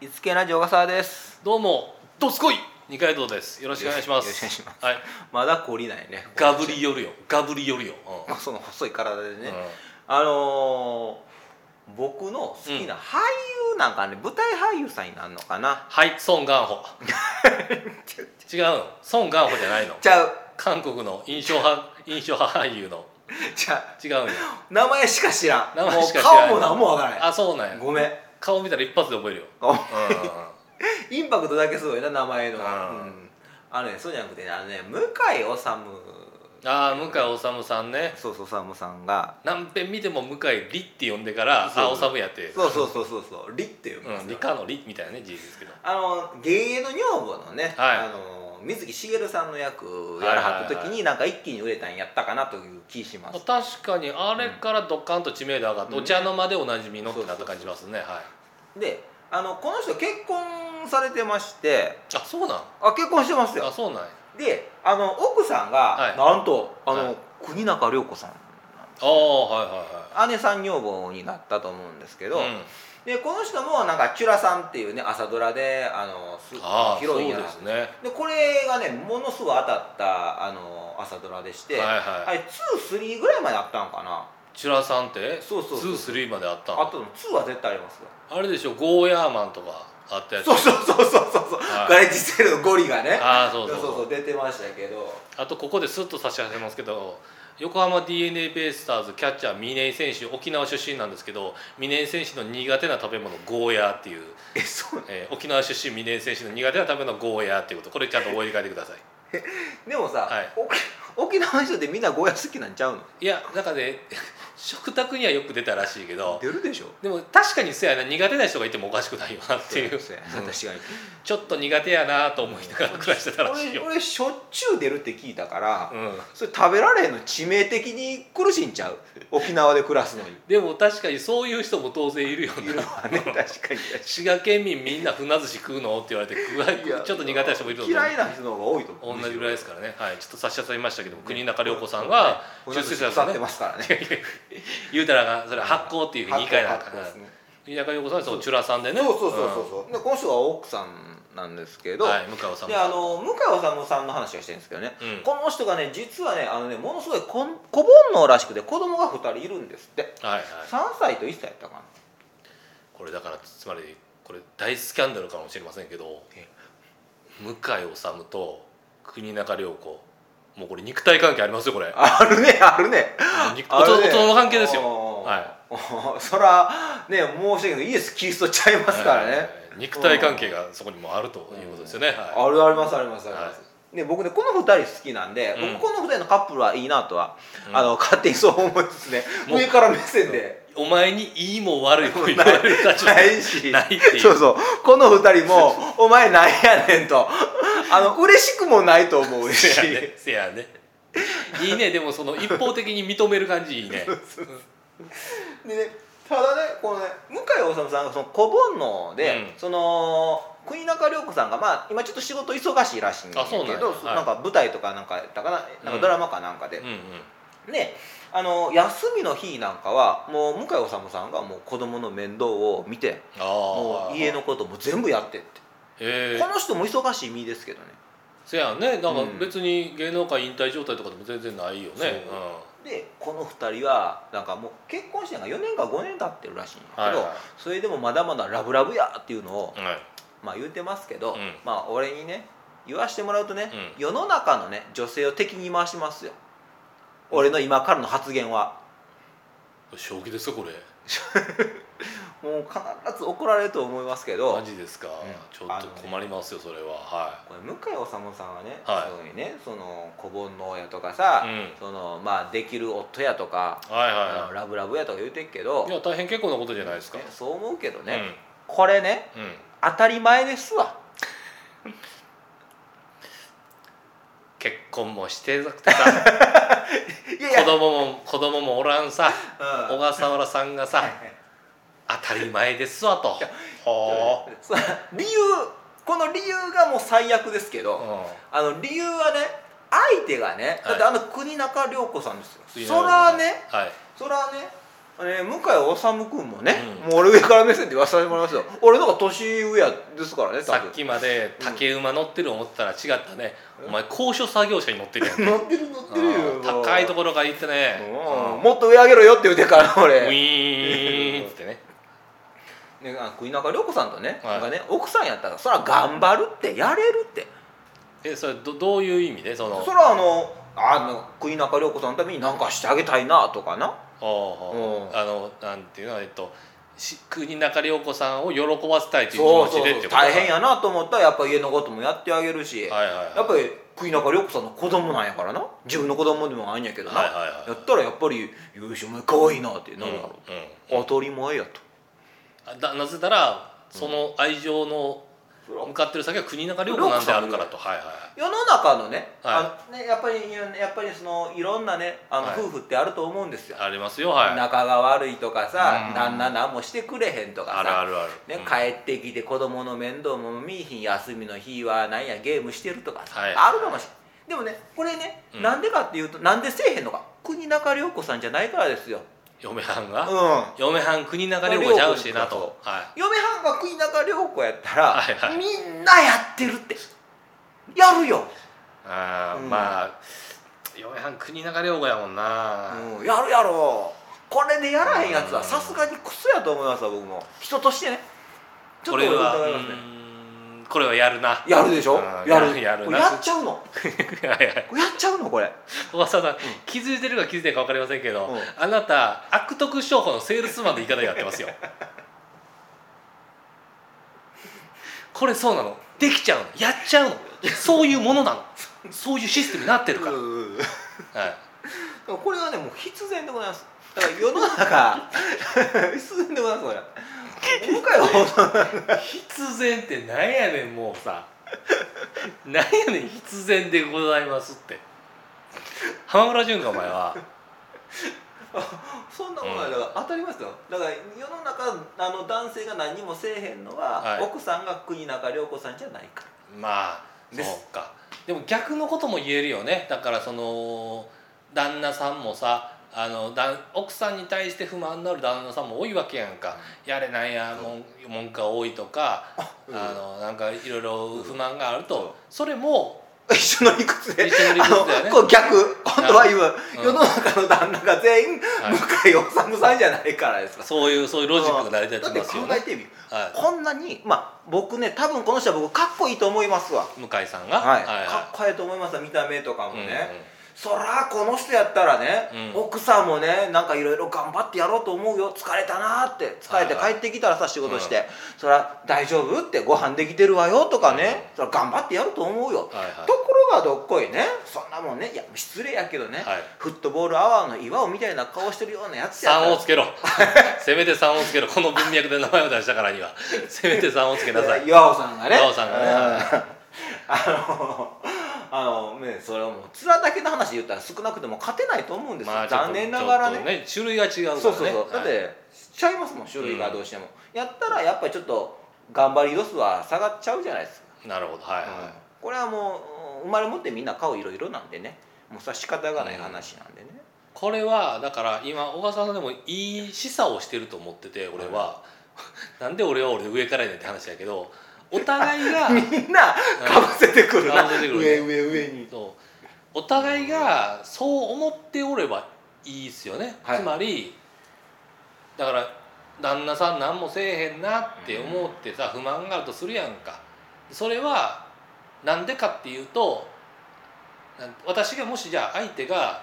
いつけラジオ小笠原ですどうもどすこい二階堂ですよろしくお願いしますよろしくお願いしますはいまだ懲りないねガブリ寄るよガブリ寄るよ、まあその細い体でうんね、うんあのー僕の好きな俳優なんかね、舞台俳優さんになるのかなはいソン・ガン ホ違うのソン・ガンホじゃないのちゃう韓国の印象派印象派俳優のちゃ違うんよう名前しか知らん名前しか知らんもう顔も何もわからないあそうなんやごめん顔見たら一発で覚えるよごめんうインパクトだけすごいな名前の、うあーん、あのねそうじゃなくてねあのね向井治んああ向井治さんねそうそう治さんが何遍見ても向井理って呼んでからそうあ治やってそうそうそうそうそう「り」っていう、うん理科の理みたいなね字ですけどあの芸能女房のね、はいあの水木しげるさんの役やらはった時に、はいはいなんか一気に売れたんやったかなという気します確かにあれからドカンと知名度上がって、うんお茶の間でおなじみのってなった感じしますねはいであのこの人結婚されてましてあそうなんあ結婚してますあよそうなんやであの奥さんが、はいなんとあの、はい国中涼子さんああはいは姉さん女房になったと思うんですけいど、はいうんでこの人もなんか「チュラさん」っていうね朝ドラであのすああヒロインやそうらですねでこれがねものすごい当たったあの朝ドラでして、はいあはいれ23ぐらいまであったんかなチュラさんってそうそうそう23まであったあのと2は絶対ありますよあれでしょゴーヤーマンとかあったやつそうそうそうそうそうそうはいガレッジセールのゴリがねああそうそそううそう出てましたけどあとここでスッと差し上げますけど横浜 d n a ベイスターズキャッチャー峰井選手沖縄出身なんですけど峰井選手の苦手な食べ物ゴーヤーっていう、えそうえー沖縄出身峰井選手の苦手な食べ物ゴーヤーっていうことこれちゃんと覚えて帰ってくださいでもさ、はい沖沖縄の人ってみんなゴーヤ好きなんちゃうの いやなんかね 食卓にはよく出たらしいけど出るでしょでも確かにそうやな苦手な人がいてもおかしくないよなっていうそうやそうや確かにちょっと苦手やなと思いながら暮らしてたらしい俺よ、俺しょっちゅう出るって聞いたから、うん、それ食べられへんの致命的に苦しいんちゃう沖縄で暮らすのにでも確かにそういう人も当然いるよいるなわ ね確かに確かに滋賀県民みんな船寿司食うのって言われて食わいやちょっと苦手な人もいると思う嫌いな人の方が多いと思う同じぐらいですからね、はい、ちょっと差し当たりましたけども国中涼子さんはは出出世世者者でね。てですすねますからね。言うたらがそれは発酵っていうふうに言い換えなあか発ん行発行ですね国中涼子さんはそうチュラさんでねそうそうそうそうそう。でこの人は奥さんなんですけうんど、はい、向井さんであの向井治さんの話をしてるんですけどね。うんこの人がね実はねあのねものすごいこん子煩悩らしくて子供が2人いるんですってはいはい、 3歳と1歳やったかなこれだからつまりこれ大スキャンダルかもしれませんけどえ向井治と国中涼子もうこれ肉体関係ありますよこれある ねあるね肉あるね大人の関係ですよおーはおー そらね申し訳ないけどイエス・キリストちゃいますからね、はい肉体関係がそこにもあるということですよね、はあるありますありますあります、はね、僕ねこの2人好きなんで、うん僕この2人のカップルはいいなとは、うんあの勝手にそう思いつつねもう上から目線でい、お前にいいも悪いも言われる立場なないいしないっていうそうそうこの2人も 「お前なんやねんと」あの嬉しくもないと思うしせやねせやねいいねでもその一方的に認める感じいいねでねただねこのね向井治さんがその小煩悩で、うんその国中涼子さんが、まあ、今ちょっと仕事忙しいらしいんだあけどそうなんやそうはいなんか舞台とかなんかやったかななんかドラマかなんかで、うんうんねあの休みの日なんかはもう向井理さんがもう子供の面倒を見てああもう家のことも全部やってってええこの人も忙しい身ですけどねせやねなんかうん別に芸能界引退状態とかでも全然ないよそうねうんでこの2人はなんかもう結婚してなんか4年か5年経ってるらしいんだけど、はいはいそれでもまだまだラブラブやっていうのを、はいまあ、言うてますけど、うんまあ俺にね言わしてもらうとね、うん世の中のね女性を敵に回しますよ俺の今からの発言は。正気ですかこれもう必ず怒られると思いますけどマジですか、ちょっと困りますよそれははこれ向井理さんはね、はいそういうねその子煩悩やとかさ、うんそのまあできる夫やとか、いはいあのはラブラブやとか言うてるけいはどいいや大変結構なことじゃないですかねそう思うけどね、これねうん、うん、当たり前ですわ結婚もしてなくてさい やい子や、うん、供も子供もおらんさ小は笠原さんがさい当たり前ですわとほはいそう理由この理由がもう最悪ですけど、う、うんあの理由はね相手がねだってあの国中涼子さんですよ、そらね、はいそらねね、向井治君もね、うもう俺上から目線で言わせてもらいますよ俺の方が年上やですからね多さ分っきまで竹馬乗ってる思ってたら違ったね、お前高所作業車に乗ってるやん乗ってる乗ってるようん高いところから行ってねもうんうもっと上上げろよって言うてからウ俺、ね、ィーンっつってねあ国中涼子さんとね,、はいがね奥さんやったらそら頑張るってやれるってえそれどどういう意味でそのそらあのあの国中涼子さんのために何かしてあげたいなとかなあーうんあのなんていうのえっとし国中涼子さんを喜ばせたいというそう気そ持ちうでそってうことか大変やなと思ったらやっぱ家のこともやってあげるし、はいはいはいやっぱり国中涼子さんの子供なんやからな自分の子供でもないんやけどな、はいはいはいやったらやっぱり「優秀お前可愛いな」ってなるだろうんうんう、当たり前やとあだなぜならその愛情の向かってる先は国中涼子なんであるからとはいはい世の中のね,、はあのねやっぱりやっぱりそのいろんなねあの、はい夫婦ってあると思うんですよ、ありますよはい仲が悪いとかさ、うん旦那何もしてくれへんとかさあるあるあるねうん帰ってきて子供の面倒も見いひん休みの日はなんやゲームしてるとかさ、はいあるかもしれんでもねこれね、うんなんでかっていうとなんでせえへんのか国中涼子さんじゃないからですよ、嫁はんうん、が嫁は嫁はん国中涼子ちゃうしな涼とはんが国中涼子やったら、はいはいみんなやってるってやるよ、いあーうんまあ嫁はん国中涼子やもんなうん、やるやろこれでやらへんやつうはんさすがにクソやと思いますわ僕も人としてねちょこっとれ俺は疑いうますねーんこれはやるな やるでしょうんやるやるこなれやっちゃうのはいはいこれやっちゃうのこれ小笠さん、気づいてるか気づいてないか分かりませんけど、うんあなた悪徳商法のセールスマンの言い方やってますよ これそうなのできちゃうのやっちゃうのそういうものなのそういうシステムになってるから、はい、これはねもう必然でございますだから世の中必然でございますこれ 向井は本必然ってなんやねんもうさ なんやねん必然でございますって浜村淳かお前 は当そんなものはだから当たりますよだから世の中あの男性が何もせえへんのは、はい奥さんが国中涼子さんじゃないかまあそですうかでも逆のことも言えるよねだからその旦那さんもさあのだ奥さんに対して不満のある旦那さんも多いわけやんか、やれなんやもん文句が多いとか、うんあのなんかいろいろ不満があると、うんそれもら一緒の理屈で一緒の理屈だよねあの こう逆本当は今、うん世の中の旦那が全員はい向井治さんじゃないからですかそういうそういうロジックが成り立だっっててますよ考ねえ。てみよはこんなにまあ僕ね多分この人は僕かっこいいと思いますわい、向井さんが、はい、はいかっこいいと思います見た目とかもね、うんうんそらこの人やったらね、うん奥さんもねなんかいろいろ頑張ってやろうと思うよ疲れたなーって疲れてはいはい帰ってきたらさ仕事して、うそら大丈夫ってご飯できてるわよとかね、そら頑張ってやると思うよ、はいはいところがどっこいねそんなもんねいや失礼やけどね、はいフットボールアワーの岩尾みたいな顔してるようなやつやったら3をつけろせめて3をつけろこの文脈で名前を出したからにはせめて3をつけなさい岩尾さんがね岩尾さんがねうん あのあのねそれはもう面だけの話で言ったら少なくとも勝てないと思うんですよ、まあ、ちょっと残念ながらちょっねと種類が違うからねそうそうそうだっはいてちゃいますもん種類がどうしても、やったらやっぱりちょっと頑張り度数は下がっちゃうじゃないですか、なるほどはいはい、うんこれはもう生まれ持ってみんな顔いろいろなんでねもうさ仕方がない話なんでね、これはだから今小笠さんでもいい示唆をしてると思ってて俺は、なんで俺は俺上からやねんって話だ けどお互いがみんなかぶせてくるな、かぶせてくるね上上上に、そうお互いがそう思っておればいいっすよね、はいつまりだから旦那さん何もせえへんなって思ってさ不満があるとするやんかそれはなんでかっていうとなん私がもしじゃあ相手が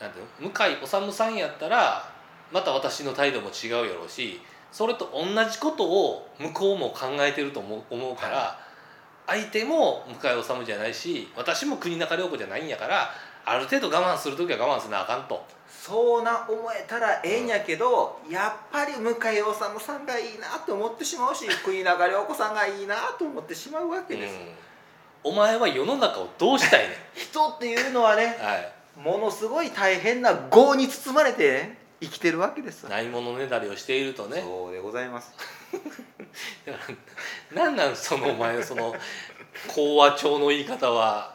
なんていうの向井治さんやったらまた私の態度も違うやろうしそれと同じことを向こうも考えてると思う思うから、相手も向井治じゃないし私も国中涼子じゃないんやからある程度我慢する時は我慢せなあかんとそうな思えたらええんやけど、やっぱり向井治さんがいいなと思ってしまうし 国永涼子さんがいいなと思ってしまうわけです、うんお前は世の中をどうしたいね人っていうのはねん、はい、ものすごい大変な業に包まれてね生きてるわけですわないものねだりをしているとねそうでございます なんなんそのお前のその 講和調の言い方は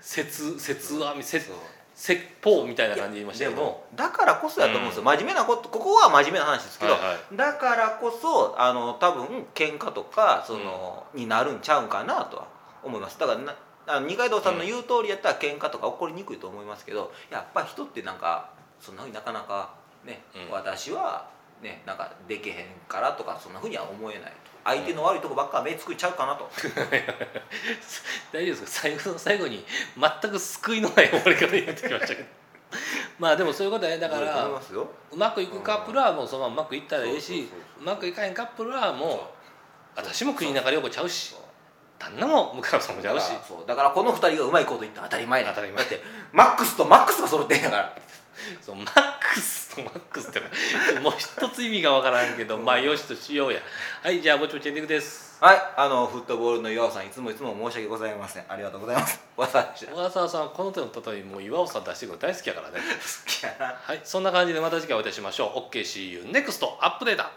説説話せそう説法みたいな感じで言いましたでけどもだからこそやと思うんですよ、うん真面目なことここは真面目な話ですけど、はいはいだからこそあの多分喧嘩とかその、になるんちゃうんかなとは思いますだからなあの二階堂さんの言う通りやったら喧嘩とか起こりにくいと思いますけどやっぱ人ってなんかそんなふうになかなかね、うん私はねなんかできへんからとかそんなふうには思えないと相手の悪いとこばっか目つくっちゃうかなと、大丈夫ですか最後の最後に全く救いのない終わり方になってきましたけど まあでもそういうことだねだか思いらますようまくいくカップルはもうそのままうまくいったらええそうしそうそうそううまくいかへんカップルはもうそう私も国中涼子ちゃうし旦那も向川さんもちゃうしそうだからこの二人がうまいこと言ったら当たり前だ当たり前だってマックスとマックスが揃ってんやからそうマックスとマックスってのはもう一つ意味がわからんけどまあよしとしようやはいじゃあぼちぼちエンディングですはい、あのフットボールの岩尾さん、いつもいつも申し訳ございません。ありがとうございます。わざわざ好小笠原さんはこの手の例えもう岩尾さん出してくるの大好きやからねきやな。はいそんな感じでまた次回お会いいたしましょう OKCU NEXT アップデータ